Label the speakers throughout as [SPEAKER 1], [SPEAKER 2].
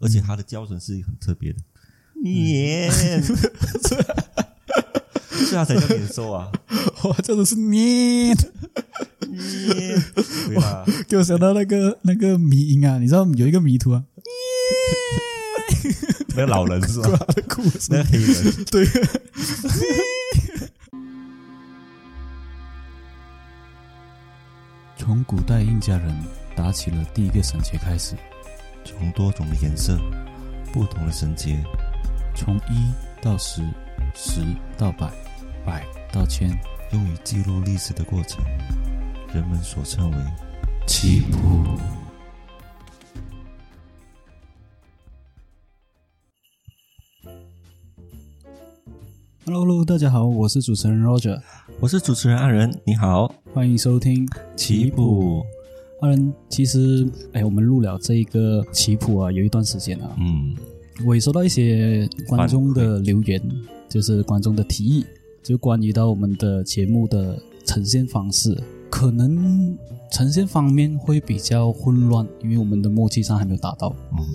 [SPEAKER 1] 而且它的胶绳是很特别的， 黏，所以它才叫年兽啊，
[SPEAKER 2] 哇，真的是你，
[SPEAKER 1] 黏，对啊吧？
[SPEAKER 2] 给我想到那个那个迷音啊，你知道有一个迷途啊，
[SPEAKER 1] 那个老人 是吧？
[SPEAKER 2] 他的故事
[SPEAKER 1] 那个黑人，
[SPEAKER 2] 对， 从古代印加人打起了第一个绳结开始，
[SPEAKER 1] 从多种的颜色、不同的绳结、
[SPEAKER 2] 从一到十，十到百，百到千，
[SPEAKER 1] 用于记录历史的过程，人们所称为
[SPEAKER 2] 起步。Hello Hello，大家好，我是主持人 Roger，
[SPEAKER 1] 我是主持人阿仁，你好，
[SPEAKER 2] 欢迎收听。
[SPEAKER 1] 起步，
[SPEAKER 2] 当然，其实哎，我们录了这一个棋谱啊，有一段时间了、啊，
[SPEAKER 1] 嗯，
[SPEAKER 2] 我也收到一些观众的留言，就是观众的提议，就关于到我们的节目的呈现方式，可能呈现方面会比较混乱，因为我们的默契上还没有达到。
[SPEAKER 1] 嗯，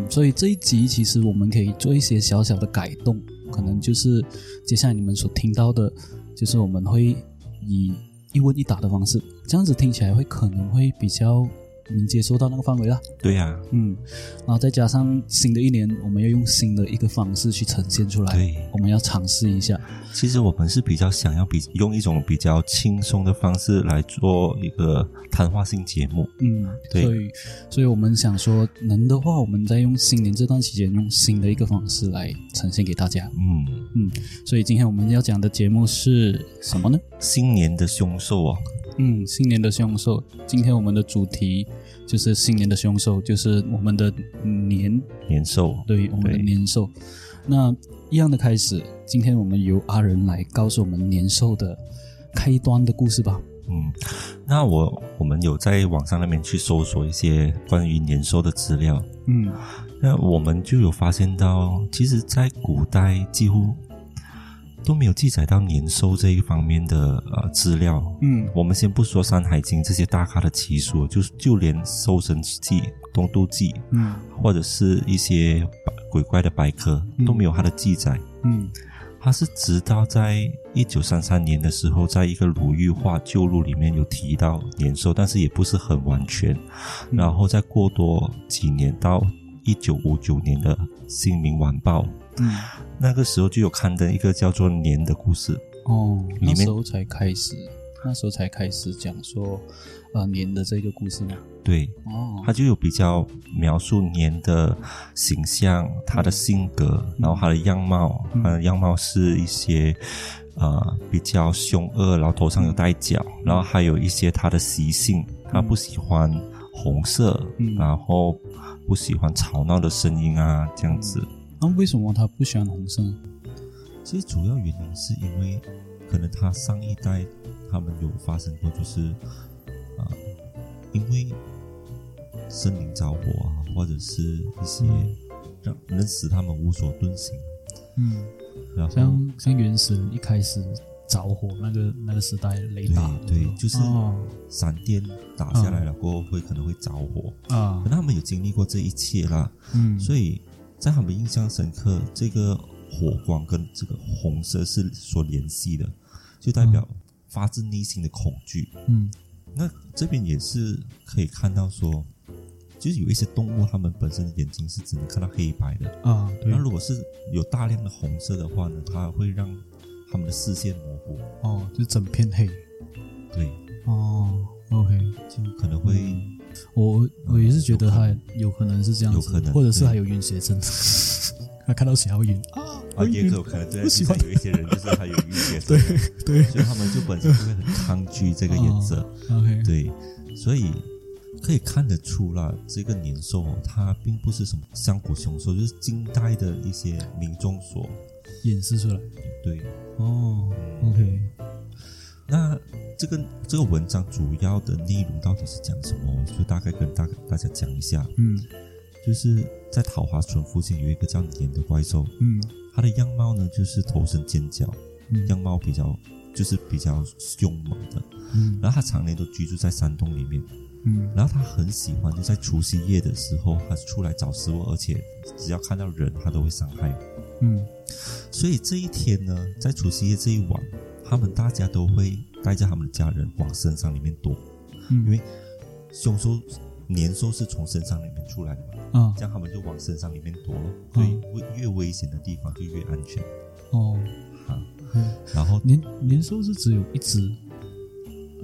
[SPEAKER 2] 嗯，所以这一集其实我们可以做一些小小的改动，可能就是接下来你们所听到的，就是我们会以一问一答的方式，这样子听起来会可能会比较能接受到那个范围啦。
[SPEAKER 1] 对啊呀、
[SPEAKER 2] 嗯，然后再加上新的一年，我们要用新的一个方式去呈现出来，
[SPEAKER 1] 对。
[SPEAKER 2] 我们要尝试一下。
[SPEAKER 1] 其实我们是比较想要比用一种比较轻松的方式来做一个谈话性节目，
[SPEAKER 2] 嗯，
[SPEAKER 1] 对
[SPEAKER 2] 所以，所以我们想说，能的话，我们在用新年这段期间，用新的一个方式来呈现给大家。
[SPEAKER 1] 嗯，
[SPEAKER 2] 所以今天我们要讲的节目是什么呢？
[SPEAKER 1] 新年的凶兽哦，
[SPEAKER 2] 嗯，新年的凶兽。今天我们的主题就是新年的凶兽，就是我们的年，
[SPEAKER 1] 年兽，啊
[SPEAKER 2] 对，我们的
[SPEAKER 1] 对
[SPEAKER 2] 年兽。那一样的开始，今天我们由阿仁来告诉我们年兽的开端的故事吧。
[SPEAKER 1] 嗯，那我我们有在网上那边去搜索一些关于年兽的资料，
[SPEAKER 2] 嗯
[SPEAKER 1] 那我们就有发现到，其实，在古代几乎都没有记载到年兽这一方面的呃资料。
[SPEAKER 2] 嗯
[SPEAKER 1] 我们先不说《山海经》这些大咖的奇书，就是就连《搜神记》《东渡记》
[SPEAKER 2] 嗯
[SPEAKER 1] 或者是一些百鬼怪的百科
[SPEAKER 2] 嗯
[SPEAKER 1] 都没有它的记载。
[SPEAKER 2] 嗯
[SPEAKER 1] 它是直到在一九三三年的时候，在一个鲁豫话旧录里面有提到年兽，但是也不是很完全。
[SPEAKER 2] 嗯
[SPEAKER 1] 然后再过多几年，到一九五九年的《新民晚报》，
[SPEAKER 2] 嗯，
[SPEAKER 1] 那个时候就有刊登一个叫做《年》的故事。
[SPEAKER 2] 哦，
[SPEAKER 1] 里
[SPEAKER 2] 那
[SPEAKER 1] 面
[SPEAKER 2] 时候才开始，那时候才开始讲说，呃，年的这个故事嘛。
[SPEAKER 1] 对，
[SPEAKER 2] 哦，
[SPEAKER 1] 它就有比较描述年的形象、他的性格，然后他的样貌，
[SPEAKER 2] 嗯
[SPEAKER 1] 他的样貌是一些呃比较凶恶，然后头上有带角，然后还有一些他的习性，他不喜欢红色，
[SPEAKER 2] 嗯
[SPEAKER 1] 然后不喜欢吵闹的声音啊，这样子。
[SPEAKER 2] 那、为什么他不喜欢红色？
[SPEAKER 1] 其实主要原因是因为可能他上一代他们有发生过，就是啊、呃因为森林着火啊，或者是一些让能使他们无所遁形，
[SPEAKER 2] 嗯，
[SPEAKER 1] 然后
[SPEAKER 2] 像像原始人一开始着火那个那个时代雷达，
[SPEAKER 1] 对对就是
[SPEAKER 2] 哦
[SPEAKER 1] 闪电打下来了过后会可能会着火，
[SPEAKER 2] 啊
[SPEAKER 1] 可，能他们有经历过这一切啦，
[SPEAKER 2] 嗯，
[SPEAKER 1] 所以在他们印象深刻，这个火光跟这个红色是所联系的，就代表发自内心的恐惧。
[SPEAKER 2] 嗯
[SPEAKER 1] 那这边也是可以看到说，就是有一些动物，它们本身的眼睛是只能看到黑白的。
[SPEAKER 2] 啊，对
[SPEAKER 1] 那如果是有大量的红色的话呢，它会让它们的视线模糊，
[SPEAKER 2] 哦，就整片黑
[SPEAKER 1] 对，
[SPEAKER 2] 哦，OK，
[SPEAKER 1] 就可能会
[SPEAKER 2] 嗯我我也是觉得他有可能是这样子，
[SPEAKER 1] 有可能
[SPEAKER 2] 或者是
[SPEAKER 1] 对
[SPEAKER 2] 还有晕血症， 他看到血还会晕啊，
[SPEAKER 1] 啊，
[SPEAKER 2] 会
[SPEAKER 1] 也
[SPEAKER 2] 晕
[SPEAKER 1] 有可能对，
[SPEAKER 2] 不喜欢
[SPEAKER 1] 有一些人就是他有一些
[SPEAKER 2] 对对哦
[SPEAKER 1] 所以他们就本身就会很抗拒这个颜色，
[SPEAKER 2] ，OK，
[SPEAKER 1] 对，所以可以看得出啦，这个年兽哦，它并不是什么香骨凶兽，就是近代的一些民众所
[SPEAKER 2] 演示出来，
[SPEAKER 1] 对。
[SPEAKER 2] 哦，OK，
[SPEAKER 1] 那这个这个文章主要的内容到底是讲什么？我就大概跟大大家讲一下，
[SPEAKER 2] 嗯
[SPEAKER 1] 就是在桃花村附近有一个叫年的怪兽，
[SPEAKER 2] 嗯
[SPEAKER 1] 它的样貌呢就是头身尖角，
[SPEAKER 2] 嗯
[SPEAKER 1] 样貌比较就是比较凶猛的。
[SPEAKER 2] 嗯
[SPEAKER 1] 然后他常年都居住在山洞里面，
[SPEAKER 2] 嗯
[SPEAKER 1] 然后他很喜欢就在除夕夜的时候，他出来找食物，而且只要看到人，他都会伤害。
[SPEAKER 2] 嗯
[SPEAKER 1] 所以这一天呢，在除夕夜这一晚，他们大家都会带着他们的家人往深山里面躲，因
[SPEAKER 2] 嗯
[SPEAKER 1] 为凶手年兽是从深山里面出来的嘛，
[SPEAKER 2] 啊
[SPEAKER 1] 这样他们就往深山里面躲咯。
[SPEAKER 2] 嗯
[SPEAKER 1] 对，越越危险的地方就越安全
[SPEAKER 2] 哦，
[SPEAKER 1] 啊。
[SPEAKER 2] 嗯
[SPEAKER 1] 然后
[SPEAKER 2] 年年兽是只有一只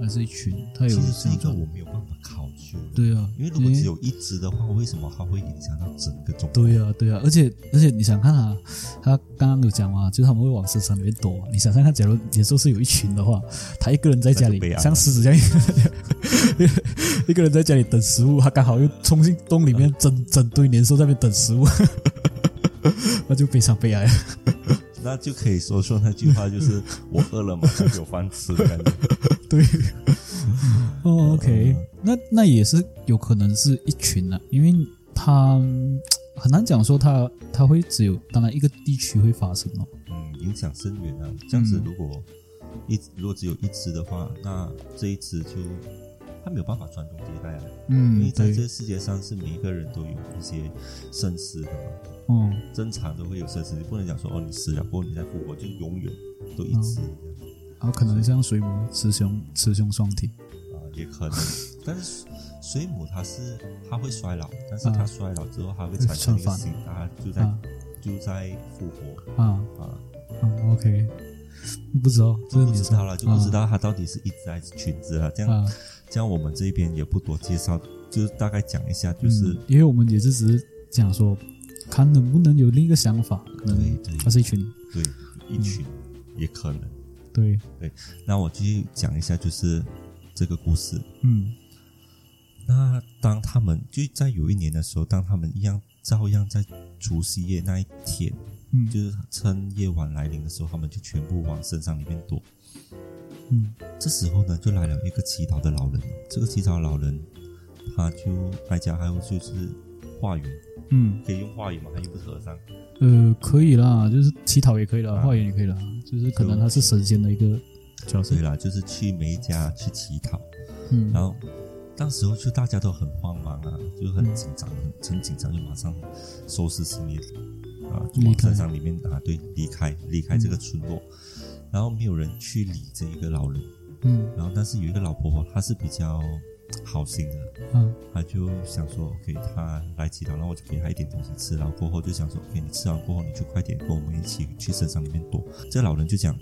[SPEAKER 2] 还是一群？它有
[SPEAKER 1] 其实是一个
[SPEAKER 2] 相
[SPEAKER 1] 我没有办法考究的，
[SPEAKER 2] 对啊，
[SPEAKER 1] 因为如果只
[SPEAKER 2] 诶
[SPEAKER 1] 有一只的话，为什么它会影响到整个中国？
[SPEAKER 2] 对啊，对啊，而且而且你想看啊，他刚刚有讲嘛，就是他们会往深山里面躲。啊你想想看，假如野兽是有一群的话，他一个人在家里
[SPEAKER 1] 那就悲哀，了
[SPEAKER 2] 像狮子这样， 一个人在家里等食物，他刚好又冲进洞里面，整整堆年兽在那边等食物， 那就非常悲哀了。
[SPEAKER 1] 那就可以说说那句话，就是我饿了马上有饭吃的感觉。
[SPEAKER 2] 对，哦，OK，那那也是有可能是一群啊，因为他嗯很难讲说他他会只有，当然一个地区会发生哦。
[SPEAKER 1] 嗯，影响深远啊。这样子
[SPEAKER 2] 嗯
[SPEAKER 1] 如果一、如果只有一只的话，那这一只就它没有办法传宗接代啊，因
[SPEAKER 2] 嗯
[SPEAKER 1] 为，在
[SPEAKER 2] 对
[SPEAKER 1] 这，个世界上是每一个人都有一些生死的嘛，
[SPEAKER 2] 嗯。
[SPEAKER 1] 正常都会有生死，你不能讲说哦你死了过后你再复活，就永远都一只这
[SPEAKER 2] 哦
[SPEAKER 1] 样
[SPEAKER 2] 然后可能像水母雌雄雌雄双体，
[SPEAKER 1] 啊、也可能。但是水母它是它会衰老，但是它
[SPEAKER 2] 啊
[SPEAKER 1] 衰老之后它会产生一个
[SPEAKER 2] 传
[SPEAKER 1] 新，它就在、
[SPEAKER 2] 啊
[SPEAKER 1] 就在复活
[SPEAKER 2] 啊，
[SPEAKER 1] 啊。
[SPEAKER 2] 嗯，OK，不知道，这个
[SPEAKER 1] 不
[SPEAKER 2] 你
[SPEAKER 1] 知
[SPEAKER 2] 说
[SPEAKER 1] 道了，就不知道它到底是一只还是群只了。这样
[SPEAKER 2] 啊，
[SPEAKER 1] 这样我们这边也不多介绍，就是大概讲一下，就
[SPEAKER 2] 嗯
[SPEAKER 1] 是、
[SPEAKER 2] 因为我们也是只是讲说，看能不能有另一个想法，可能
[SPEAKER 1] 对对
[SPEAKER 2] 它是一群
[SPEAKER 1] 对一
[SPEAKER 2] 嗯
[SPEAKER 1] 群、也可能。
[SPEAKER 2] 对，
[SPEAKER 1] 那我继续讲一下，就是这个故事。
[SPEAKER 2] 嗯
[SPEAKER 1] 那当他们就在有一年的时候，当他们一样照样在除夕夜那一天，
[SPEAKER 2] 嗯，
[SPEAKER 1] 就是趁夜晚来临的时候，他们就全部往深山里面躲。
[SPEAKER 2] 嗯
[SPEAKER 1] 这时候呢，就来了一个祈祷的老人。这个祈祷老人，他就哀家还有就是化缘，
[SPEAKER 2] 嗯，
[SPEAKER 1] 可以用化缘吗？他又不是和尚。
[SPEAKER 2] 呃，可以啦，就是乞讨也可以啦，
[SPEAKER 1] 啊
[SPEAKER 2] 化缘也可以啦，就是可能
[SPEAKER 1] 就
[SPEAKER 2] 它是神仙的一个角色
[SPEAKER 1] 对，啦，就是去梅家去乞讨。
[SPEAKER 2] 嗯
[SPEAKER 1] 然后当时候就大家都很慌忙啊，就很紧张，很很紧张，就马上收拾行李啊，就
[SPEAKER 2] 离
[SPEAKER 1] 往
[SPEAKER 2] 开
[SPEAKER 1] 山上里面啊，对，离开离开这个村落。然后没有人去理这一个老人，
[SPEAKER 2] 嗯
[SPEAKER 1] 然后但是有一个老婆婆，她是比较好心的，
[SPEAKER 2] 啊
[SPEAKER 1] 她就想说，OK，她来祈祷，然后我就给她一点东西吃，然后过后就想说，OK，你吃完过后你就快点跟我们一起去深山里面躲。这个老人就讲，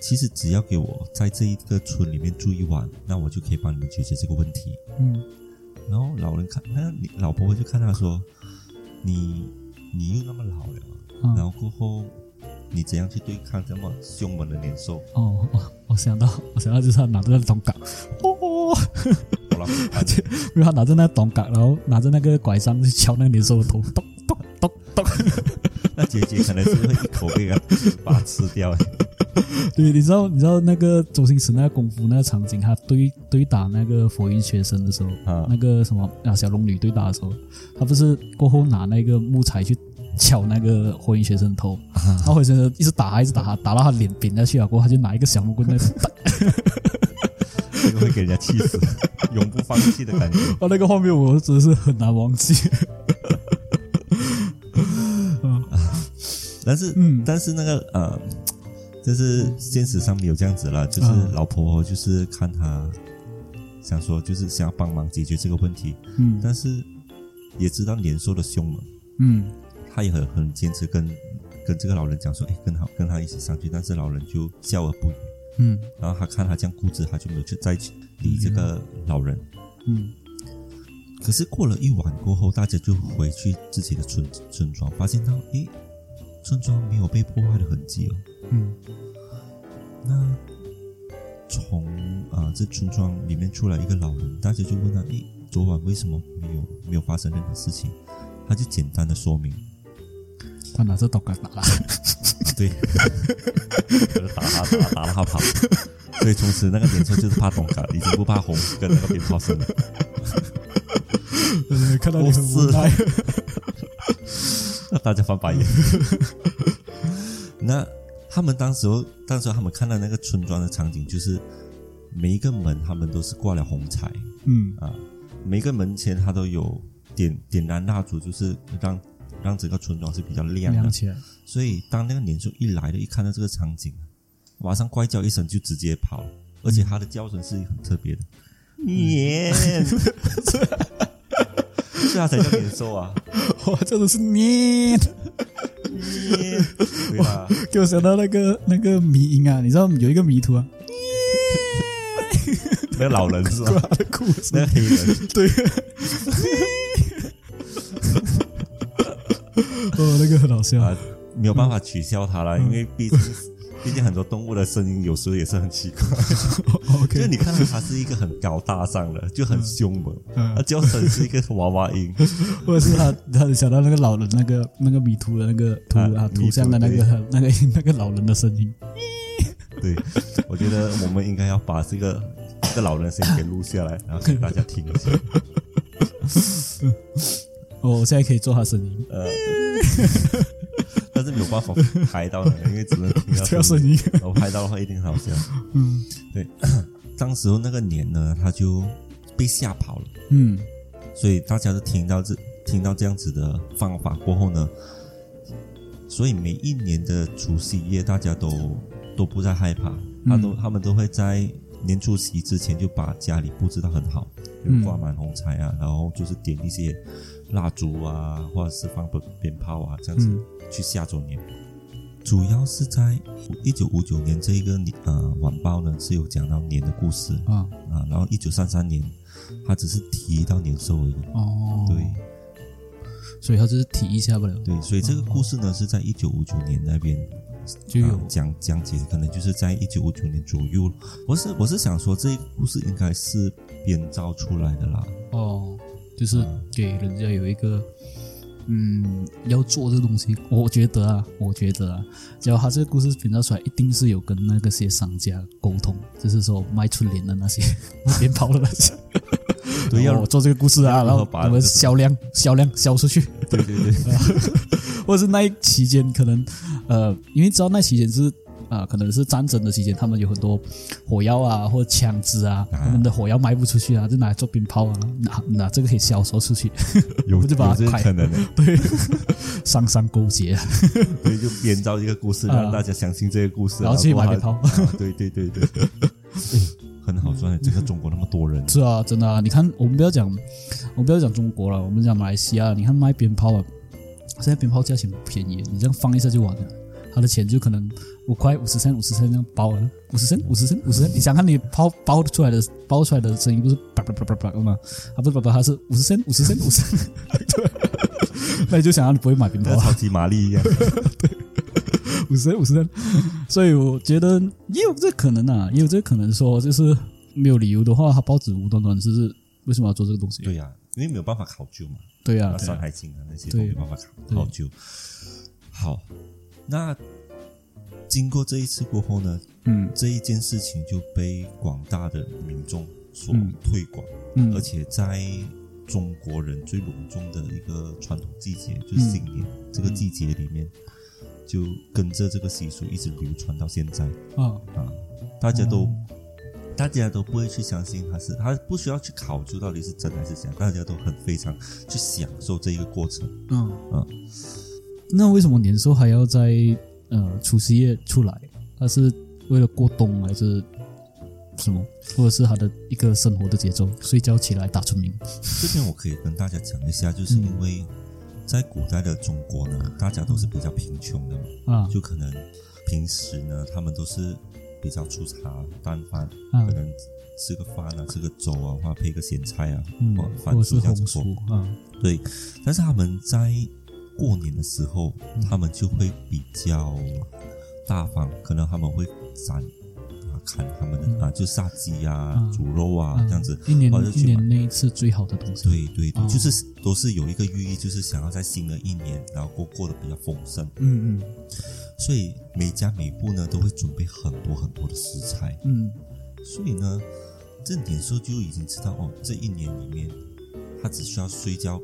[SPEAKER 1] 其实只要给我在这一个村里面住一晚，那我就可以帮你们解决这个问题。
[SPEAKER 2] 嗯
[SPEAKER 1] 然后老人看，那你老婆婆就看他说：“你你又那么老了，然
[SPEAKER 2] 啊
[SPEAKER 1] 后过后你怎样去对抗这么凶猛的年兽
[SPEAKER 2] 哦哦， 我想到我想到就是他拿着那种杆，哦。？”
[SPEAKER 1] 好了，啊
[SPEAKER 2] 因为他拿着那个短杆，然后拿着那个拐杖去敲那个年兽的头，咚咚咚咚。
[SPEAKER 1] 那姐姐可能是会一口被它把它吃掉。
[SPEAKER 2] 对，你知道你知道那个周星驰那个功夫那个场景，他对对打那个佛印学生的时候，
[SPEAKER 1] 啊
[SPEAKER 2] 那个什么啊小龙女对打的时候，他不是过后拿那个木材去敲那个火影学生的头，然后火影学生一直打他，一直打他，打到他脸扁下去了，过后他就拿一个小木棍 在打，
[SPEAKER 1] 这个会给人家气死，永不放弃的感觉。
[SPEAKER 2] 哦哇，那个画面我真的是很难忘记。
[SPEAKER 1] 但是，
[SPEAKER 2] 嗯
[SPEAKER 1] 但是那个呃，就是现实上没有这样子了，就是
[SPEAKER 2] 啊
[SPEAKER 1] 老婆婆就是看他想说，就是想要帮忙解决这个问题，
[SPEAKER 2] 嗯
[SPEAKER 1] 但是也知道年兽的凶猛。
[SPEAKER 2] 嗯
[SPEAKER 1] 他也很很坚持跟跟这个老人讲说，哎，跟他跟他一起上去，但是老人就笑而不语。
[SPEAKER 2] 嗯
[SPEAKER 1] 然后他看他这样固执，他就没有去再去理这个老人。
[SPEAKER 2] 嗯
[SPEAKER 1] 可是过了一晚过后，大家就回去自己的村村庄，发现到哎，诶村庄没有被破坏的痕迹哦。
[SPEAKER 2] 嗯
[SPEAKER 1] 那从啊、这村庄里面出来一个老人，大家就问他，哎，昨晚为什么没有没有发生任何事情？他就简单的说明，
[SPEAKER 2] 他拿着短杆 打他。
[SPEAKER 1] 对，打他打打他跑，所以从此那个年兽就是怕东港，已经不怕红跟那个鞭炮声了。
[SPEAKER 2] 对看到你很
[SPEAKER 1] 我
[SPEAKER 2] 无
[SPEAKER 1] 是
[SPEAKER 2] 奈。
[SPEAKER 1] 那大家翻白眼。那他们当时候，当时候他们看到那个村庄的场景，就是每一个门他们都是挂了红彩，
[SPEAKER 2] 嗯
[SPEAKER 1] 啊，每个门前它都有点点燃蜡烛，就是让让整个村庄是比较亮的
[SPEAKER 2] 亮。起来，
[SPEAKER 1] 所以当那个年兽一来了，一看到这个场景，马上怪叫一声就直接跑，而且它的叫声是很特别的， 年，所以它才叫年兽啊，
[SPEAKER 2] 哇，真的是你，
[SPEAKER 1] 年，对啊，
[SPEAKER 2] 给我想到那个那个迷音啊，你知道有一个迷途啊，
[SPEAKER 1] 那个老人是吧？
[SPEAKER 2] 他的故事
[SPEAKER 1] 那个黑人。
[SPEAKER 2] 对，哦，那个很好笑，
[SPEAKER 1] 啊，没有办法取消它了，因为毕竟毕竟很多动物的声音有时候也是很奇怪。就
[SPEAKER 2] 哦 OK，
[SPEAKER 1] 你看到它是一个很高大上的，就很凶猛，
[SPEAKER 2] 嗯
[SPEAKER 1] 它叫声是一个娃娃音，
[SPEAKER 2] 或者是他他想到那个老人那个那个迷途的那个图
[SPEAKER 1] 啊
[SPEAKER 2] 啊
[SPEAKER 1] 迷
[SPEAKER 2] 图
[SPEAKER 1] 途
[SPEAKER 2] 像的那个那个 那个老人的声音，
[SPEAKER 1] 对，我觉得我们应该要把这个这个老人的声音给录下来，然后给大家听一下。
[SPEAKER 2] 哦，我现在可以做他声音，
[SPEAKER 1] 呃，但是没有办法拍到的，因为只能听到
[SPEAKER 2] 这个声音，
[SPEAKER 1] 然后拍到的话一定很好笑。
[SPEAKER 2] 嗯
[SPEAKER 1] 对， 当时候那个年呢，他就被吓跑了。
[SPEAKER 2] 嗯
[SPEAKER 1] 所以大家都听到这听到这样子的方法过后呢，所以每一年的除夕夜，大家都都不再害怕，
[SPEAKER 2] 嗯
[SPEAKER 1] 他都、他们都会在年除夕之前就把家里布置得很好，就
[SPEAKER 2] 嗯
[SPEAKER 1] 挂满红彩啊，然后就是点一些蜡烛啊，或者是放鞭鞭炮啊，这样子
[SPEAKER 2] 嗯
[SPEAKER 1] 去下周年。主要是在一九五九年这一个呃晚报呢是有讲到年的故事
[SPEAKER 2] 啊
[SPEAKER 1] 啊，然后一九三三年，他只是提到年兽而已。
[SPEAKER 2] 哦，
[SPEAKER 1] 对，
[SPEAKER 2] 所以他就是提一下不了，
[SPEAKER 1] 对，所以这个故事呢是在一九五九年那边
[SPEAKER 2] 就嗯有
[SPEAKER 1] 啊讲讲解，可能就是在一九五九年左右。我是我是想说，这个故事应该是编造出来的啦。
[SPEAKER 2] 哦，就是给人家有一个，嗯，要做这东西，我觉得啊，我觉得啊，只要他这个故事编造出来，一定是有跟那个些商家沟通，就是说卖春联的那些、卖鞭炮的那些，
[SPEAKER 1] 对，
[SPEAKER 2] 然后
[SPEAKER 1] 要
[SPEAKER 2] 我做这个故事啊，然
[SPEAKER 1] 然后
[SPEAKER 2] 后
[SPEAKER 1] 把
[SPEAKER 2] 我们销量、销量销出去，
[SPEAKER 1] 对对对，
[SPEAKER 2] 或者是那一期间可能，呃，因为知道那期间是。啊、可能是战争的期间，他们有很多火药啊，或者枪支啊，
[SPEAKER 1] 啊
[SPEAKER 2] 他们的火药卖不出去啊，就拿来做鞭炮啊，拿拿这个可以销售出去。
[SPEAKER 1] 有
[SPEAKER 2] 我就把它
[SPEAKER 1] 有这个
[SPEAKER 2] 拍
[SPEAKER 1] 可能，
[SPEAKER 2] 对， 上山勾结，
[SPEAKER 1] 所以就编造一个故事，
[SPEAKER 2] 啊
[SPEAKER 1] 让大家相信这个故事，
[SPEAKER 2] 然后去
[SPEAKER 1] 过它
[SPEAKER 2] 买鞭炮。
[SPEAKER 1] 啊对对对 对，对很好赚的。这个中国那么多人，
[SPEAKER 2] 是啊， 真的啊！你看，我们不要讲，我们不要讲中国了，我们讲马来西亚。你看卖鞭炮啊，现在鞭炮价钱不便宜，你这样放一下就完了，他的钱就可能五块、五十三、五十三这样包了，五十三、五十三、五十三。你想看你抛包出来的包出来的声音不是叭叭叭叭叭的吗？啊，不是叭叭，它是五十三、五十三、五十三。 对，那你就想让你不会买鞭炮
[SPEAKER 1] 跟
[SPEAKER 2] 啊。
[SPEAKER 1] 超级玛丽一样。
[SPEAKER 2] 五十五十三，所以我觉得也有这可能啊，也有这可能说，就是没有理由的话，他报纸无端端就是为什么要做这个东西？
[SPEAKER 1] 对呀，因为没有办法考究嘛。
[SPEAKER 2] 对啊，
[SPEAKER 1] 啊，
[SPEAKER 2] 对
[SPEAKER 1] 山
[SPEAKER 2] 啊
[SPEAKER 1] 海经啊那些都
[SPEAKER 2] 对
[SPEAKER 1] 没办法考
[SPEAKER 2] 对
[SPEAKER 1] 考究。好，那经过这一次过后呢，
[SPEAKER 2] 嗯
[SPEAKER 1] 这一件事情就被广大的民众所
[SPEAKER 2] 嗯
[SPEAKER 1] 推广，而
[SPEAKER 2] 嗯
[SPEAKER 1] 且在中国人最隆重的一个传统季
[SPEAKER 2] 嗯
[SPEAKER 1] 节，就是新年、这个季节里面，就跟着这个习俗一直流传到现在
[SPEAKER 2] 啊，
[SPEAKER 1] 啊，大家都。
[SPEAKER 2] 哦
[SPEAKER 1] 大家都不会去相信它是，他不需要去考究到底是真还是假，大家都很非常去享受这一个过程。
[SPEAKER 2] 嗯
[SPEAKER 1] 啊
[SPEAKER 2] 那为什么年兽还要在呃除夕夜出来？他是为了过冬还是什么？或者是他的一个生活的节奏？睡觉起来打春眠？
[SPEAKER 1] 这边我可以跟大家讲一下，
[SPEAKER 2] 嗯
[SPEAKER 1] 就是因为在古代的中国呢，大家都是比较贫穷的嘛，
[SPEAKER 2] 啊
[SPEAKER 1] 就可能平时呢，他们都是比较粗茶淡饭，
[SPEAKER 2] 啊
[SPEAKER 1] 可能吃个饭啊，吃个粥啊，或者配个咸菜啊，
[SPEAKER 2] 嗯
[SPEAKER 1] 或，
[SPEAKER 2] 或
[SPEAKER 1] 饭
[SPEAKER 2] 者
[SPEAKER 1] 煮
[SPEAKER 2] 是
[SPEAKER 1] 这样
[SPEAKER 2] 红
[SPEAKER 1] 子
[SPEAKER 2] 薯
[SPEAKER 1] 过。
[SPEAKER 2] 啊
[SPEAKER 1] 对，但是他们在过年的时候，
[SPEAKER 2] 嗯
[SPEAKER 1] 他们就会比较大方，可能他们会斩啊砍他们
[SPEAKER 2] 嗯
[SPEAKER 1] 的啊，就杀鸡啊
[SPEAKER 2] 啊、
[SPEAKER 1] 猪肉啊
[SPEAKER 2] 啊
[SPEAKER 1] 这样子，
[SPEAKER 2] 一年
[SPEAKER 1] 或者
[SPEAKER 2] 一
[SPEAKER 1] 去买
[SPEAKER 2] 年那一次最好的东西。
[SPEAKER 1] 对对对，
[SPEAKER 2] 哦
[SPEAKER 1] 就是都是有一个寓意，就是想要在新的一年，然后过过得比较丰盛，
[SPEAKER 2] 嗯嗯
[SPEAKER 1] 所以每家每户呢都会准备很多很多的食材，
[SPEAKER 2] 嗯
[SPEAKER 1] 所以呢，这年兽就已经知道哦，这一年里面他只需要睡觉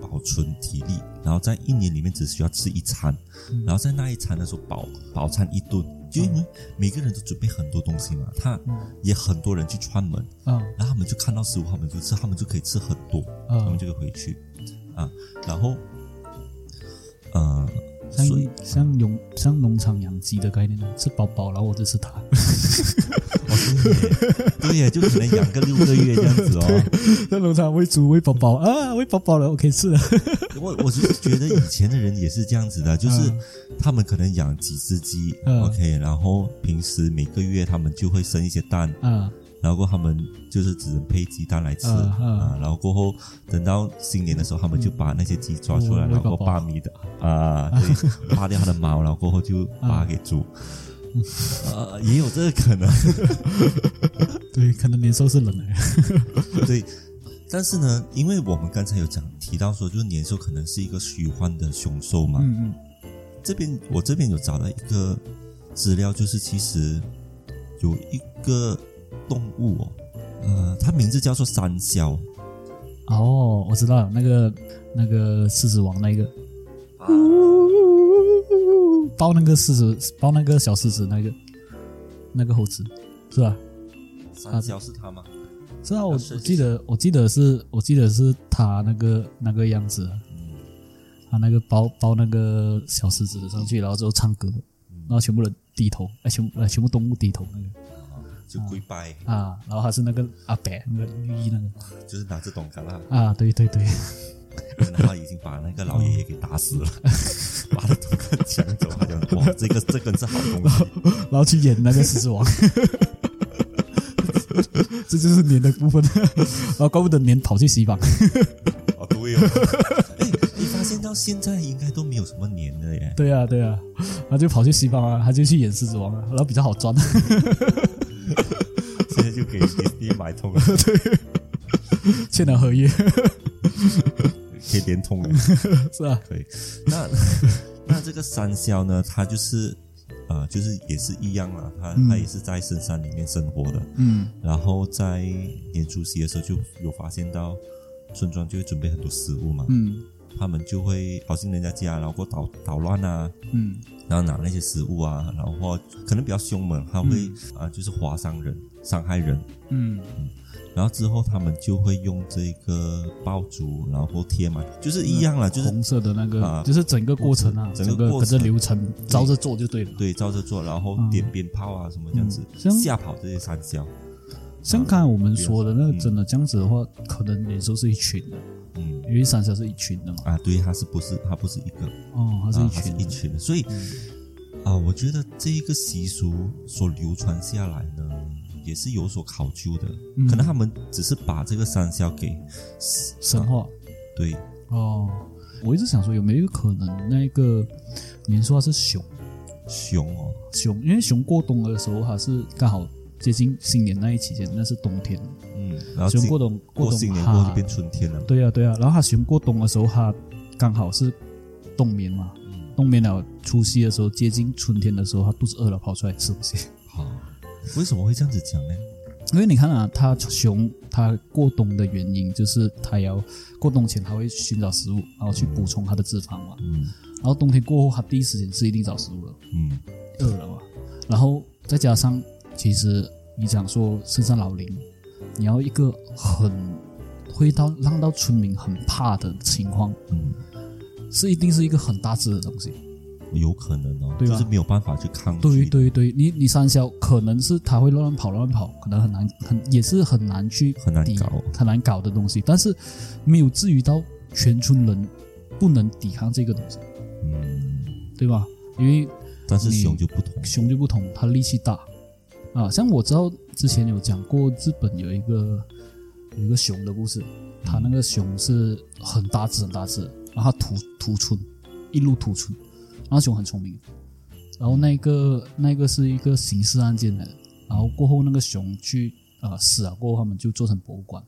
[SPEAKER 1] 保存体力，然后在一年里面只需要吃一餐，
[SPEAKER 2] 嗯
[SPEAKER 1] 然后在那一餐的时候饱饱餐一顿，就因为每个人都准备很多东西嘛，他
[SPEAKER 2] 嗯
[SPEAKER 1] 也很多人去串门，
[SPEAKER 2] 啊
[SPEAKER 1] 然后他们就看到食物，他们就吃，他们就可以吃很多，他
[SPEAKER 2] 啊
[SPEAKER 1] 们，就可以回去啊，然后呃，
[SPEAKER 2] 像
[SPEAKER 1] 所以
[SPEAKER 2] 像农像农场养鸡的概念呢，吃饱饱，然后我就吃它。
[SPEAKER 1] 哦对耶对耶，就可能养个六个月这样子哦。
[SPEAKER 2] 在农场喂猪喂饱饱啊，喂饱饱了，OK 啊吃了。
[SPEAKER 1] 我我是觉得以前的人也是这样子的，就是
[SPEAKER 2] 嗯
[SPEAKER 1] 他们可能养几只鸡、
[SPEAKER 2] 嗯
[SPEAKER 1] o k 然后平时每个月他们就会生一些蛋，
[SPEAKER 2] 啊
[SPEAKER 1] 然后过后他们就是只能配鸡蛋来吃、
[SPEAKER 2] 嗯嗯
[SPEAKER 1] 啊，然后过后等到新年的时候，他们就把那些鸡抓出来，
[SPEAKER 2] 嗯
[SPEAKER 1] 然后
[SPEAKER 2] 喂饱饱
[SPEAKER 1] 扒米的啊，对 扒掉它的毛，然后过后就把它给煮，呃，也有这个可能，
[SPEAKER 2] 对，可能年兽是人来。
[SPEAKER 1] 对。但是呢，因为我们刚才有讲提到说，就是年兽可能是一个虚幻的凶兽嘛，
[SPEAKER 2] 嗯
[SPEAKER 1] 这边我这边有找到一个资料，就是其实有一个动物哦，呃，它名字叫做山魈
[SPEAKER 2] 嗯，哦，我知道了，那个那个狮子王那个，包那个狮子，包那个小狮子那个那个猴子，是吧？
[SPEAKER 1] 山魈是它吗？
[SPEAKER 2] 是啊，我我
[SPEAKER 1] 是
[SPEAKER 2] 记得我记得是我记得是他那个那个样子，啊他那个包包那个小狮子上去，然后之后唱歌，然后全部人低头，哎，全部哎全部动物低头那个
[SPEAKER 1] 啊，就跪拜，
[SPEAKER 2] 啊，然后他是那个阿北那个御医那个
[SPEAKER 1] 就是拿着董卡拉，
[SPEAKER 2] 啊，对对 对，
[SPEAKER 1] 然后已经把那个老爷爷给打死 了，把他董卡抢走，好像哇，这个这根是好东 西。
[SPEAKER 2] 然后去演那个狮子王。 这就是年的部分， 然后怪不得年跑去西方，
[SPEAKER 1] 哦，对哦，哎，你发现到现在应该都没有什么年了耶，
[SPEAKER 2] 对啊对啊，然后就跑去西方啊，他就去演狮子王啊，然后比较好赚。
[SPEAKER 1] 现在就给迪士尼买通了，
[SPEAKER 2] 签了合约
[SPEAKER 1] 可以连通了。
[SPEAKER 2] 是啊，
[SPEAKER 1] 可以。那 那这个山魈呢，它就是呃，就是也是一样啦，它、它也是在深山里面生活的。
[SPEAKER 2] 嗯
[SPEAKER 1] 然后在年除夕的时候，就有发现到村庄就会准备很多食物嘛，
[SPEAKER 2] 嗯
[SPEAKER 1] 他们就会跑进人家家，然后过捣捣乱啊，
[SPEAKER 2] 嗯
[SPEAKER 1] 然后拿那些食物啊，然后可能比较凶猛，他会啊、就是划伤人、伤害人。
[SPEAKER 2] 嗯
[SPEAKER 1] 然后之后他们就会用这个爆竹，然后贴满，就是一样啦，就是
[SPEAKER 2] 嗯红色的那个，
[SPEAKER 1] 啊嗯
[SPEAKER 2] 就是整个过程啊，
[SPEAKER 1] 整
[SPEAKER 2] 整
[SPEAKER 1] 个
[SPEAKER 2] 个
[SPEAKER 1] 过
[SPEAKER 2] 跟
[SPEAKER 1] 程啊
[SPEAKER 2] 着流程照着做就对了。
[SPEAKER 1] 对，照着做，然后
[SPEAKER 2] 嗯
[SPEAKER 1] 点鞭炮啊什么这样子，
[SPEAKER 2] 像
[SPEAKER 1] 吓跑这些山魈。
[SPEAKER 2] 像刚才我们说的那个
[SPEAKER 1] 嗯，
[SPEAKER 2] 真的这样子的话，可能年兽是一群的，
[SPEAKER 1] 嗯，
[SPEAKER 2] 因为三峡是一群的嘛。
[SPEAKER 1] 啊，对，它是不是它不是一个，
[SPEAKER 2] 哦，它是
[SPEAKER 1] 啊
[SPEAKER 2] 一
[SPEAKER 1] 它是
[SPEAKER 2] 群嗯
[SPEAKER 1] 一
[SPEAKER 2] 的，
[SPEAKER 1] 群的，所以啊，我觉得这一个习俗所流传下来呢，也是有所考究的。
[SPEAKER 2] 嗯
[SPEAKER 1] 可能他们只是把这个山魈给
[SPEAKER 2] 神话。
[SPEAKER 1] 对，
[SPEAKER 2] 哦，我一直想说有没有一个可能，那个年兽它是熊
[SPEAKER 1] 熊哦，
[SPEAKER 2] 熊，因为熊过冬的时候它是刚好接近新年那一期间，那是冬天，
[SPEAKER 1] 嗯，然后
[SPEAKER 2] 熊
[SPEAKER 1] 进
[SPEAKER 2] 过冬
[SPEAKER 1] 过
[SPEAKER 2] 冬
[SPEAKER 1] 新年
[SPEAKER 2] 哈
[SPEAKER 1] 过后就变春天了嘛，
[SPEAKER 2] 对呀、对呀、然后它熊过冬的时候，它刚好是冬眠嘛，冬眠了。除夕的时候，接近春天的时候，它肚子饿了，跑出来吃东西。
[SPEAKER 1] 好，为什么会这样子讲呢？
[SPEAKER 2] 因为你看啊，它熊它过冬的原因就是它要过冬前它会寻找食物，然后去补充它的脂肪嘛。
[SPEAKER 1] 嗯
[SPEAKER 2] 然后冬天过后，它第一时间是一定找食物了，
[SPEAKER 1] 嗯
[SPEAKER 2] 饿了嘛。然后再加上，其实你讲说深山老林，你要一个很会到让到村民很怕的情况，
[SPEAKER 1] 嗯，
[SPEAKER 2] 是一定是一个很大只的东西。
[SPEAKER 1] 有可能哦，
[SPEAKER 2] 对
[SPEAKER 1] 就
[SPEAKER 2] 吧
[SPEAKER 1] 是没有办法去抗
[SPEAKER 2] 对
[SPEAKER 1] 拒，
[SPEAKER 2] 对对，你你三消可能是它会乱乱跑乱跑，可能很难很也是很难去
[SPEAKER 1] 很难
[SPEAKER 2] 抵
[SPEAKER 1] 搞
[SPEAKER 2] 很难搞的东西，但是没有至于到全村人不能抵抗这个东西，
[SPEAKER 1] 嗯，
[SPEAKER 2] 对吧？因为
[SPEAKER 1] 但是
[SPEAKER 2] 你
[SPEAKER 1] 熊就不同，
[SPEAKER 2] 熊就不同，它力气大啊。像我知道之前有讲过，日本有一个有一个熊的故事，它那个熊是很大只很大只，然后它屠屠村，一路屠村，然后熊很聪明，然后那个那个是一个刑事案件来的，然后过后那个熊去啊、呃死了过后，他们就做成博物馆，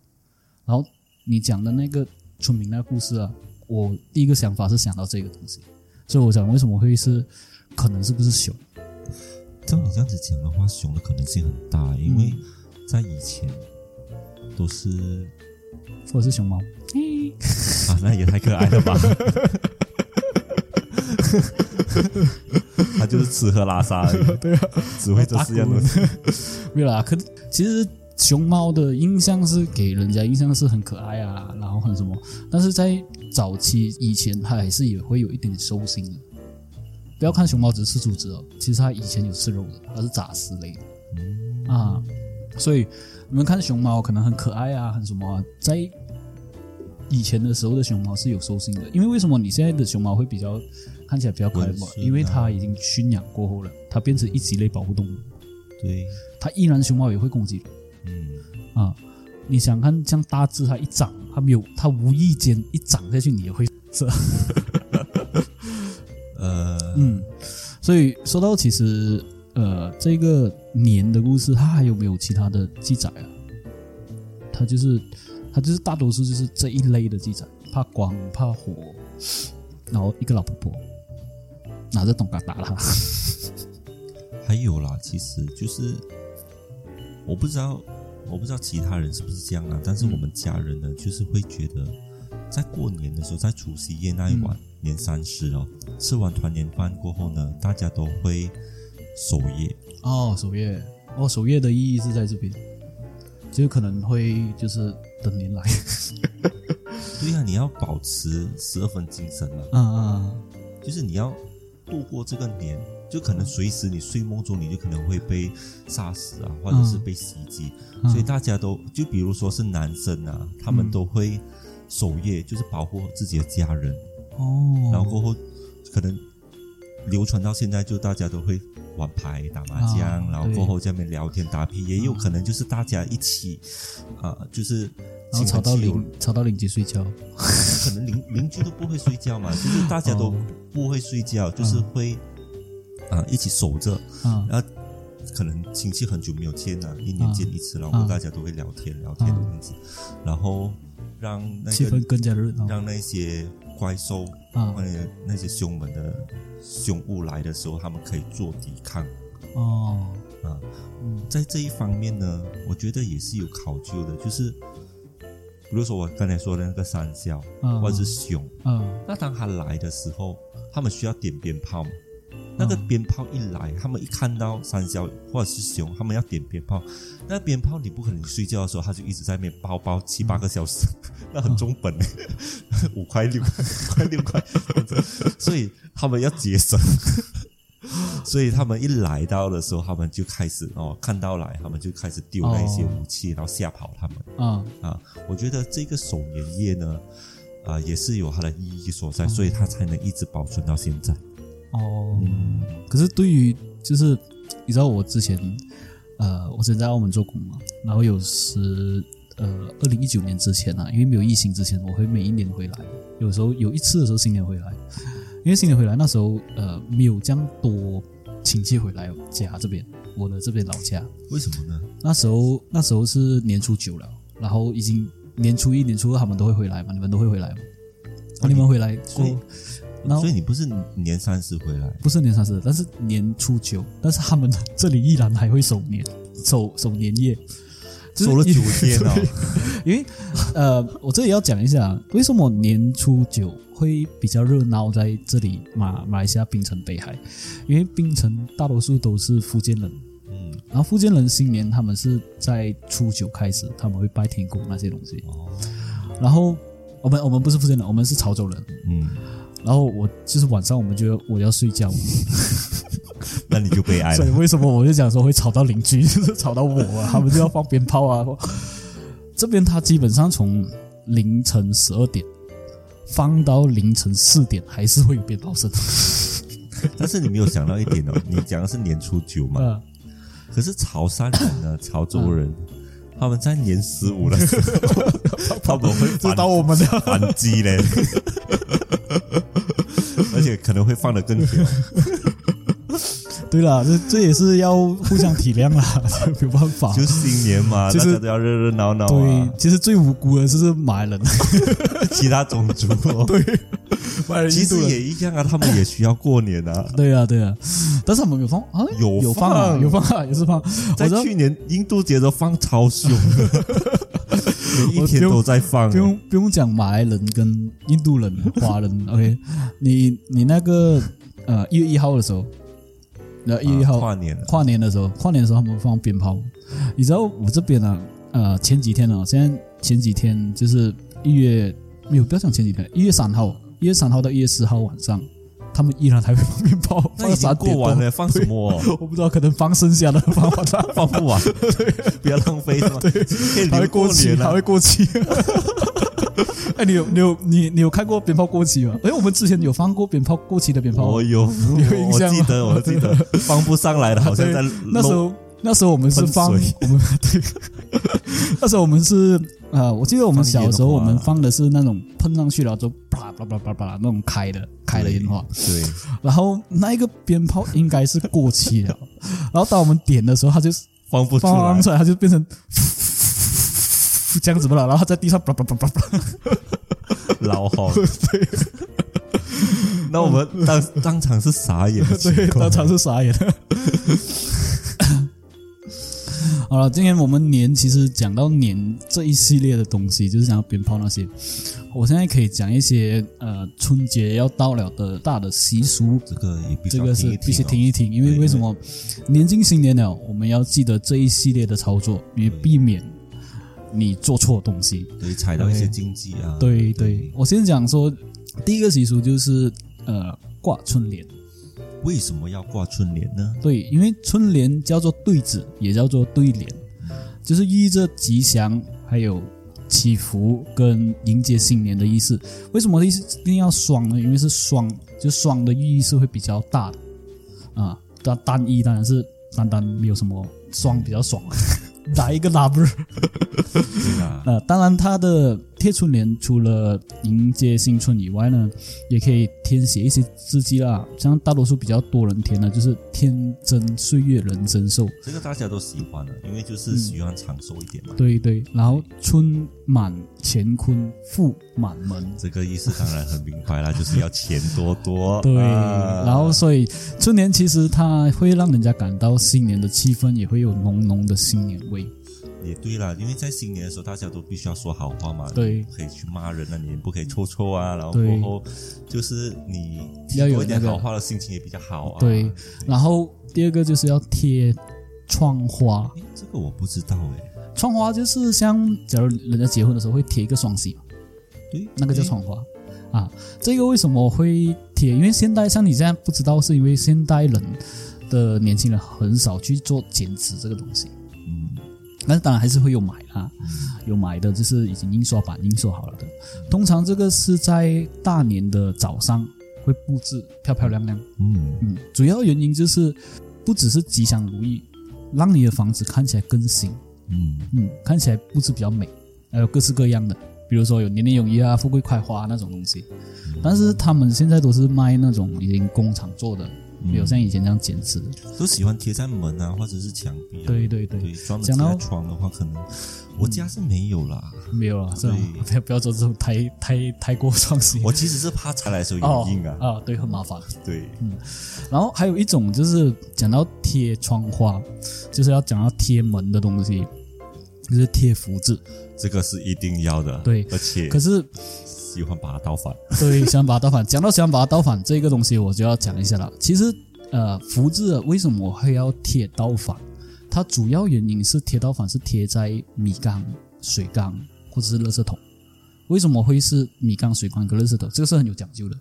[SPEAKER 2] 然后你讲的那个村民那个故事啊，我第一个想法是想到这个东西，所以我想为什么会是可能是不是熊？
[SPEAKER 1] 照你这样子讲的话，熊的
[SPEAKER 2] 嗯
[SPEAKER 1] 可能性很大，因为在以前都是
[SPEAKER 2] 或者是熊猫。
[SPEAKER 1] 啊，那也太可爱 了吧！他就是吃喝拉撒而已，
[SPEAKER 2] 对啊，
[SPEAKER 1] 只会这四样东西。
[SPEAKER 2] 没有啦，可其实熊猫的印象是给人家印象是很可爱啊，然后很什么，但是在早期以前，它还是也会有一点点兽性的。不要看熊猫只是吃竹子哦，其实它以前有吃肉的，它是杂食类的
[SPEAKER 1] 嗯
[SPEAKER 2] 啊，所以你们看熊猫可能很可爱啊，很什么啊、在以前的时候的熊猫是有兽性的，因为为什么你现在的熊猫会比较看起来比较可爱
[SPEAKER 1] 温
[SPEAKER 2] 嘛？
[SPEAKER 1] 顺啊
[SPEAKER 2] 因为它已经驯养过后了，它变成一级类保护动物，
[SPEAKER 1] 对，
[SPEAKER 2] 它依然熊猫也会攻击人。
[SPEAKER 1] 嗯，
[SPEAKER 2] 啊，你想看像大只，它一掌，它没有，它无意间一掌下去，你也会射。
[SPEAKER 1] 呃，
[SPEAKER 2] 嗯，所以说到其实，呃，这个年的故事，它还有没有其他的记载啊？它就是，它就是大多数就是这一类的记载，怕光怕火，然后一个老婆婆拿着董嘎打他。
[SPEAKER 1] 还有啦，其实就是我不知道，我不知道其他人是不是这样啦，但是
[SPEAKER 2] 嗯
[SPEAKER 1] 我们家人呢，就是会觉得，在过年的时候，在除夕夜那一晚，
[SPEAKER 2] 嗯
[SPEAKER 1] 年三十哦，吃完团年饭过后呢，大家都会守夜，
[SPEAKER 2] 哦，守夜，哦，守夜的意义是在这边，就是可能会就是等 年来，
[SPEAKER 1] 对啊呀、你要保持十二分精神啊嘛，
[SPEAKER 2] 嗯嗯。
[SPEAKER 1] 就是你要度过这个年，就可能
[SPEAKER 2] 嗯
[SPEAKER 1] 随时你睡梦中你就可能会被杀死啊，或者是被袭击，
[SPEAKER 2] 嗯
[SPEAKER 1] 所以大家都就比如说是男生啊，他们都会守夜，就是保护自己的家人，
[SPEAKER 2] 哦，
[SPEAKER 1] 然后过后可能流传到现在，就大家都会玩牌、打麻将，
[SPEAKER 2] 啊嗯
[SPEAKER 1] 然后过后在那边聊天打屁，也有可能就是大家一起啊、就是
[SPEAKER 2] 然后
[SPEAKER 1] 亲
[SPEAKER 2] 吵
[SPEAKER 1] 朋
[SPEAKER 2] 到
[SPEAKER 1] 戚友
[SPEAKER 2] 邻吵到邻居睡觉。
[SPEAKER 1] 可能邻邻居都不会睡觉 嘛，就是大家都
[SPEAKER 2] 哦
[SPEAKER 1] 不会睡觉，就是会啊一起守着，
[SPEAKER 2] 啊
[SPEAKER 1] 然后可能亲戚很久没有见了，一年见一次，然后
[SPEAKER 2] 嗯
[SPEAKER 1] 大家都会聊天聊天这样子，然后让那
[SPEAKER 2] 气
[SPEAKER 1] 个
[SPEAKER 2] 氛更加热闹
[SPEAKER 1] 让那些怪兽
[SPEAKER 2] 啊
[SPEAKER 1] 或者那些凶猛的凶物来的时候，他们可以做抵抗
[SPEAKER 2] 哦，
[SPEAKER 1] 啊。
[SPEAKER 2] 嗯
[SPEAKER 1] 在这一方面呢，我觉得也是有考究的，就是比如说我刚才说的那个三笑
[SPEAKER 2] 嗯
[SPEAKER 1] 或者是熊。
[SPEAKER 2] 嗯
[SPEAKER 1] 那当他来的时候，他们需要点鞭炮嘛？那个鞭炮一来，他们一看到山魈或者是熊，他们要点鞭炮。那鞭炮你不可能睡觉的时候，他就一直在那边包包七八个小时，那很重本、五块六五块六块，所以他们要节省。所以他们一来到的时候，他们就开始哦，看到来，他们就开始丢那一些
[SPEAKER 2] 哦
[SPEAKER 1] 武器，然后吓跑他们。
[SPEAKER 2] 啊
[SPEAKER 1] 啊，我觉得这个守年夜呢，啊，也是有它的意义所在，所以它才能一直保存到现在。
[SPEAKER 2] 哦。
[SPEAKER 1] 嗯
[SPEAKER 2] 可是对于就是你知道我之前呃，我之前在澳门做工嘛，然后有时呃，二零一九年之前啊，因为没有疫情之前，我会每一年回来，有时候有一次的时候新年回来，因为新年回来那时候呃没有这样多亲戚回来我家这边，我的这边老家，
[SPEAKER 1] 为什么呢？
[SPEAKER 2] 那时候那时候是年初九了，然后已经年初一、年初二他们都会回来嘛，你们都会回来嘛？
[SPEAKER 1] 哦
[SPEAKER 2] 你们回来过
[SPEAKER 1] 所以
[SPEAKER 2] 后，然后
[SPEAKER 1] 所以你不是年三十回来？
[SPEAKER 2] 不是年三十，但是年初九，但是他们这里依然还会守 年，守守年夜，就是
[SPEAKER 1] 守了
[SPEAKER 2] 因
[SPEAKER 1] 九天哦
[SPEAKER 2] 对因为呃，我这里要讲一下，为什么年初九会比较热闹在这里马马来西亚槟城北海，因为槟城大多数都是福建人，
[SPEAKER 1] 嗯，
[SPEAKER 2] 然后福建人新年他们是在初九开始，他们会拜天公那些东西。
[SPEAKER 1] 哦，
[SPEAKER 2] 然后我们我们不是福建人，我们是潮州人。
[SPEAKER 1] 嗯，
[SPEAKER 2] 然后我就是晚上我们就我要睡觉，
[SPEAKER 1] 那你就悲哀
[SPEAKER 2] 所以
[SPEAKER 1] 了。
[SPEAKER 2] 为什么我就讲说会吵到邻居， 就是吵到我 啊，他们就要放鞭炮啊。这边他基本上从凌晨十二点放到凌晨四点，还是会有鞭炮 声。
[SPEAKER 1] 但是你没有想到一点哦，你讲的是年初九嘛，
[SPEAKER 2] 啊，
[SPEAKER 1] 可是潮汕人 呢，潮州人。他们在年十五的时 候，他们会
[SPEAKER 2] 这
[SPEAKER 1] 反
[SPEAKER 2] 到我们的
[SPEAKER 1] 反击 嘞，而且可能会放得更 久。
[SPEAKER 2] 对啦，这这也是要互相体谅啦， 这没有办法。
[SPEAKER 1] 就新年嘛，
[SPEAKER 2] 其
[SPEAKER 1] 大
[SPEAKER 2] 实
[SPEAKER 1] 家都要热热闹闹啊
[SPEAKER 2] 对，。其实最无辜的就是马来人，
[SPEAKER 1] 其他种族、 哦，对，
[SPEAKER 2] 马来
[SPEAKER 1] 其实也一样啊，他们也需要过年 啊。
[SPEAKER 2] 对啊，对啊，但是他们有放啊，
[SPEAKER 1] 有
[SPEAKER 2] 有放啊，
[SPEAKER 1] 放
[SPEAKER 2] 有放啊，也是放。我
[SPEAKER 1] 在
[SPEAKER 2] 知道
[SPEAKER 1] 去年印度节都放超凶，哦每一天都在放
[SPEAKER 2] 不。用不用讲马来人跟印度人、华 人，OK？你你那个呃一月一号的时候，呃那一月一号、
[SPEAKER 1] 啊跨年了，
[SPEAKER 2] 跨年的时候，跨年的时候他们放鞭炮。你知道我这边呢、呃，前几天呢、现在前几天就是一月，没有不要讲前几天，一月三号，一月三号到一月四号晚上，他们依然还会放鞭炮，
[SPEAKER 1] 那
[SPEAKER 2] 放
[SPEAKER 1] 已
[SPEAKER 2] 三
[SPEAKER 1] 经
[SPEAKER 2] 点
[SPEAKER 1] 过
[SPEAKER 2] 多
[SPEAKER 1] 完了，放什么？。
[SPEAKER 2] 我不知道，可能放剩下的放完了
[SPEAKER 1] 放不完，不要浪费是吗？对，可以
[SPEAKER 2] 还会
[SPEAKER 1] 留
[SPEAKER 2] 过期，
[SPEAKER 1] 年啊
[SPEAKER 2] 还
[SPEAKER 1] 了。
[SPEAKER 2] 会过期。哎，你有你有你你有看过鞭炮过期吗？哎，我们之前有放过鞭炮过期的鞭炮
[SPEAKER 1] 我，有，
[SPEAKER 2] 有印
[SPEAKER 1] 哦我
[SPEAKER 2] 象吗
[SPEAKER 1] 记得，我记得放不上来了，好 像在
[SPEAKER 2] 那时候那时候我们是放我
[SPEAKER 1] 喷
[SPEAKER 2] 们
[SPEAKER 1] 水
[SPEAKER 2] 对，那时候我们是呃，我记得我们小时
[SPEAKER 1] 放烟
[SPEAKER 2] 候
[SPEAKER 1] 花
[SPEAKER 2] 我们放的是那种喷上去了之后，啪啪啪啪啪那种开的开的烟花，
[SPEAKER 1] 对，
[SPEAKER 2] 然后那一个鞭炮应该是过期了，然后当我们点的时候，它就
[SPEAKER 1] 放不出
[SPEAKER 2] 放
[SPEAKER 1] 来
[SPEAKER 2] 完。出来，它就变成这样子不了，然后在地上啪啪啪啪啪。
[SPEAKER 1] 老 好。 那我们当当场是傻眼的情
[SPEAKER 2] 对，
[SPEAKER 1] 况，
[SPEAKER 2] 当场是傻眼了。好了，今天我们年其实讲到年这一系列的东西，就是讲到鞭炮那些。我现在可以讲一些呃，春节要到了的大的习俗，
[SPEAKER 1] 这个也必须
[SPEAKER 2] 这个是必须听哦
[SPEAKER 1] 一哦
[SPEAKER 2] 一听，因为
[SPEAKER 1] 对
[SPEAKER 2] 为什么年近新年了，我们要记得这一系列的操作，也避免你做错东西。
[SPEAKER 1] 哦，对，踩到一些禁忌啊。
[SPEAKER 2] 哎对对，，我先讲说第一个习俗就是呃挂春联。
[SPEAKER 1] 为什么要挂春联呢？
[SPEAKER 2] 对，因为春联叫做对子，也叫做对联，就是寓意着吉祥，还有祈福跟迎接新年的意思。为什么一定要双呢？因为是双，就双的寓意是会比较大的啊。但单一当然是单单没有什么，双比较爽， 打一个 double。
[SPEAKER 1] 对啊，
[SPEAKER 2] 呃，当然，它的贴春联除了迎接新春以外呢，也可以填写一些字迹啦。像大多数比较多人填的就是“天真岁月人增寿
[SPEAKER 1] 这个大家都喜欢的，因为就是喜欢长寿一点嘛”，。
[SPEAKER 2] 对对。然后“春满乾坤，富满门
[SPEAKER 1] 这个意思当然很明白啦，就是要钱多”，多。
[SPEAKER 2] 对。
[SPEAKER 1] 啊
[SPEAKER 2] 然后，所以春联其实它会让人家感到新年的气氛，也会有浓浓的新年味。
[SPEAKER 1] 也对啦，因为在新年的时候，大家都必须要说好话嘛，
[SPEAKER 2] 对
[SPEAKER 1] 你不可以去骂人啊，你也不可以臭臭啊，然后
[SPEAKER 2] 对
[SPEAKER 1] 过后就是你提
[SPEAKER 2] 要有
[SPEAKER 1] 多一点
[SPEAKER 2] 那个
[SPEAKER 1] 好话的心情也比较好啊。
[SPEAKER 2] 对。然后第二个就是要贴窗花。
[SPEAKER 1] 诶这个我不知道哎、
[SPEAKER 2] 窗花就是像，假如人家结婚的时候会贴一个双喜嘛，
[SPEAKER 1] 对，
[SPEAKER 2] 那个叫窗花啊。这个为什么会贴？因为现代像你现在不知道，是因为现代人的年轻人很少去做剪纸这个东西，
[SPEAKER 1] 嗯，
[SPEAKER 2] 但是当然还是会有买啦，有买的就是已经印刷版印刷好了的。通常这个是在大年的早上会布置漂漂亮亮，
[SPEAKER 1] 嗯，
[SPEAKER 2] 嗯，主要原因就是不只是吉祥如意，让你的房子看起来更新。
[SPEAKER 1] 嗯，
[SPEAKER 2] 嗯，看起来布置比较美，还有各式各样的，比如说有年年有余啊、富贵快花啊那种东西。
[SPEAKER 1] 嗯
[SPEAKER 2] 但是他们现在都是卖那种已经工厂做的，
[SPEAKER 1] 嗯
[SPEAKER 2] 没有像以前这样剪纸的。
[SPEAKER 1] 都喜欢贴在门啊，或者是墙壁啊。
[SPEAKER 2] 对对对，
[SPEAKER 1] 对，专门贴
[SPEAKER 2] 讲到嗯
[SPEAKER 1] 在窗的话，可能我家是没有啦。
[SPEAKER 2] 没有了，这种
[SPEAKER 1] 对
[SPEAKER 2] 不要不要做这种太太太过创新。
[SPEAKER 1] 我其实是怕拆来的时候
[SPEAKER 2] 哦
[SPEAKER 1] 有印啊。
[SPEAKER 2] 啊，嗯对，很麻烦。
[SPEAKER 1] 对，
[SPEAKER 2] 然后还有一种就是讲到贴窗花，就是要讲到贴门的东西，就是贴福字。
[SPEAKER 1] 这个是一定要的。
[SPEAKER 2] 对
[SPEAKER 1] 而且
[SPEAKER 2] 可是
[SPEAKER 1] 喜欢把它倒反。
[SPEAKER 2] 对，想把它倒反。讲到想把它倒反这个东西，我就要讲一下了。其实，呃，福字啊为什么会要贴倒反？它主要原因是贴倒反是贴在米缸、水缸或者是垃圾桶。为什么会是米缸、水缸跟垃圾桶？这个是很有讲究的，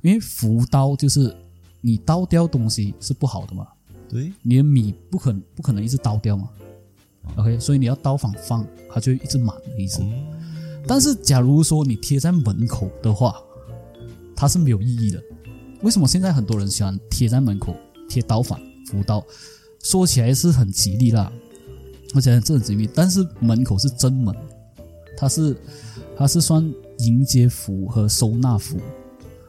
[SPEAKER 2] 因为福刀就是你倒掉东西是不好的嘛，
[SPEAKER 1] 对，
[SPEAKER 2] 你的米不可能不可能一直倒掉嘛。OK，所以你要倒反放，它就会一直满的意思。
[SPEAKER 1] 嗯，
[SPEAKER 2] 但是假如说你贴在门口的话，它是没有意义的。为什么现在很多人喜欢贴在门口贴刀反福刀？说起来是很吉利啦，而且这很吉利。但是门口是真门，它是它是算迎接福和收纳福，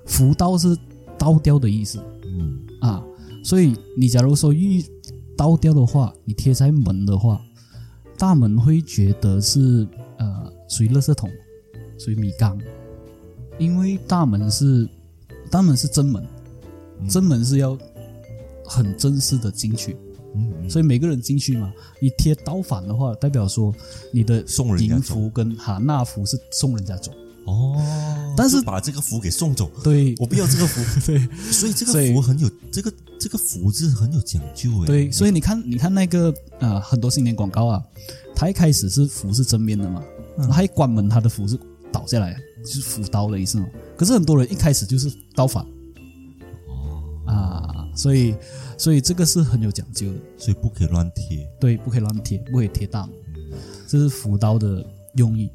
[SPEAKER 2] 福刀是刀雕的意思
[SPEAKER 1] 嗯，
[SPEAKER 2] 啊。所以你假如说遇刀雕的话，你贴在门的话，大门会觉得是呃属于垃圾桶，属于米缸，因为大门是大门是真门，
[SPEAKER 1] 嗯
[SPEAKER 2] 真门是要很正式的进去，
[SPEAKER 1] 嗯嗯，
[SPEAKER 2] 所以每个人进去嘛，你贴刀反的话，代表说你的
[SPEAKER 1] 送人家
[SPEAKER 2] 迎
[SPEAKER 1] 走
[SPEAKER 2] 福跟哈纳福是送人家走。
[SPEAKER 1] 哦，
[SPEAKER 2] 但是
[SPEAKER 1] 就把这个符给送走，
[SPEAKER 2] 对
[SPEAKER 1] 我不要这个符，
[SPEAKER 2] 对
[SPEAKER 1] 所以这个
[SPEAKER 2] 所以
[SPEAKER 1] 符很有这个这个符字很有讲究哎，
[SPEAKER 2] 对，所
[SPEAKER 1] 以
[SPEAKER 2] 以你看，你看那个呃，很多新年广告啊，它一开始是符是正面的嘛，
[SPEAKER 1] 嗯
[SPEAKER 2] 它一关门，它的符是倒下来，就是符刀的意思嘛。可是很多人一开始就是刀法
[SPEAKER 1] 哦，
[SPEAKER 2] 啊，所以所以这个是很有讲究的，
[SPEAKER 1] 所以不可以乱贴，
[SPEAKER 2] 对，不可以乱贴，不可以贴大门，
[SPEAKER 1] 嗯
[SPEAKER 2] 这是符刀的用意。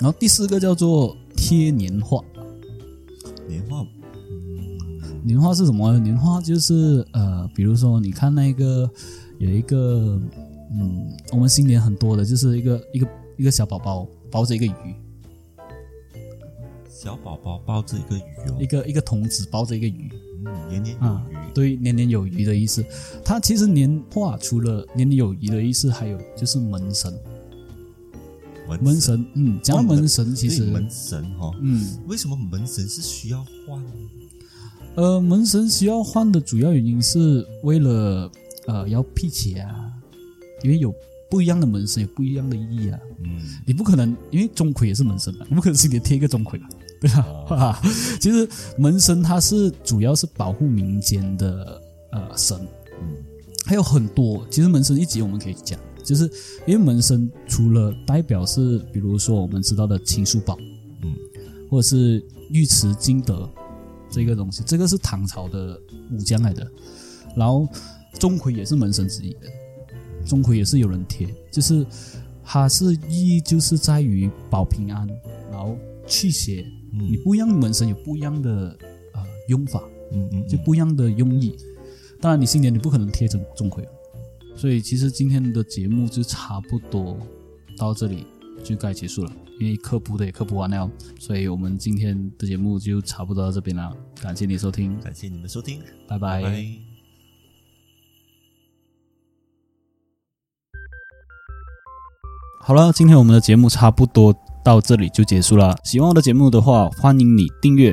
[SPEAKER 2] 然后第四个叫做贴年画，
[SPEAKER 1] 年画
[SPEAKER 2] 年画是什么呢？年画就是呃，比如说你看那个有一个嗯，我们新年很多的，就是一个一个一个小宝宝抱着一个鱼，
[SPEAKER 1] 小宝宝抱着一个鱼
[SPEAKER 2] 一
[SPEAKER 1] 哦，
[SPEAKER 2] 个一个童子抱着一个鱼
[SPEAKER 1] 嗯，年年
[SPEAKER 2] 啊
[SPEAKER 1] 有余，
[SPEAKER 2] 对，年年有余的意思。它其实年画除了年年有余的意思，还有就是门神，
[SPEAKER 1] 门
[SPEAKER 2] 门神，嗯，讲到
[SPEAKER 1] 哦门
[SPEAKER 2] 门神其
[SPEAKER 1] 对
[SPEAKER 2] 实，
[SPEAKER 1] 门神哈，
[SPEAKER 2] 嗯
[SPEAKER 1] 为什么门神是需要换呢？
[SPEAKER 2] 呃，门神需要换的主要原因是为了呃要辟邪啊，因为有不一样的门神有不一样的意义啊。
[SPEAKER 1] 嗯，
[SPEAKER 2] 你不可能，因为钟馗也是门神嘛，你不可能心里贴一个钟馗吧， 对吧？哈
[SPEAKER 1] 哦
[SPEAKER 2] 哈， 其实门神它是主要是保护民间的呃神，
[SPEAKER 1] 嗯
[SPEAKER 2] 还有很多。其实门神一集我们可以讲，就是因为门神除了代表是，比如说我们知道的秦叔宝，
[SPEAKER 1] 嗯，
[SPEAKER 2] 或者是尉迟敬德这个东西，这个是唐朝的武将来的，然后钟馗也是门神之一的，
[SPEAKER 1] 嗯
[SPEAKER 2] 钟馗也是有人贴，就是它是意义就是在于保平安，然后去邪。你
[SPEAKER 1] 嗯
[SPEAKER 2] 不一样的门神有不一样的呃用法，
[SPEAKER 1] 嗯嗯，
[SPEAKER 2] 就不一样的用意。当然，你新年你不可能贴着钟馗，啊所以其实今天的节目就差不多到这里就该结束了，因为科普的也科普完了，所以我们今天的节目就差不多到这边了。感谢你收听，
[SPEAKER 1] 感谢你们收听，
[SPEAKER 2] 拜拜。
[SPEAKER 1] 拜拜。
[SPEAKER 2] 好了，今天我们的节目差不多到这里就结束了。喜欢我的节目的话，欢迎你订阅、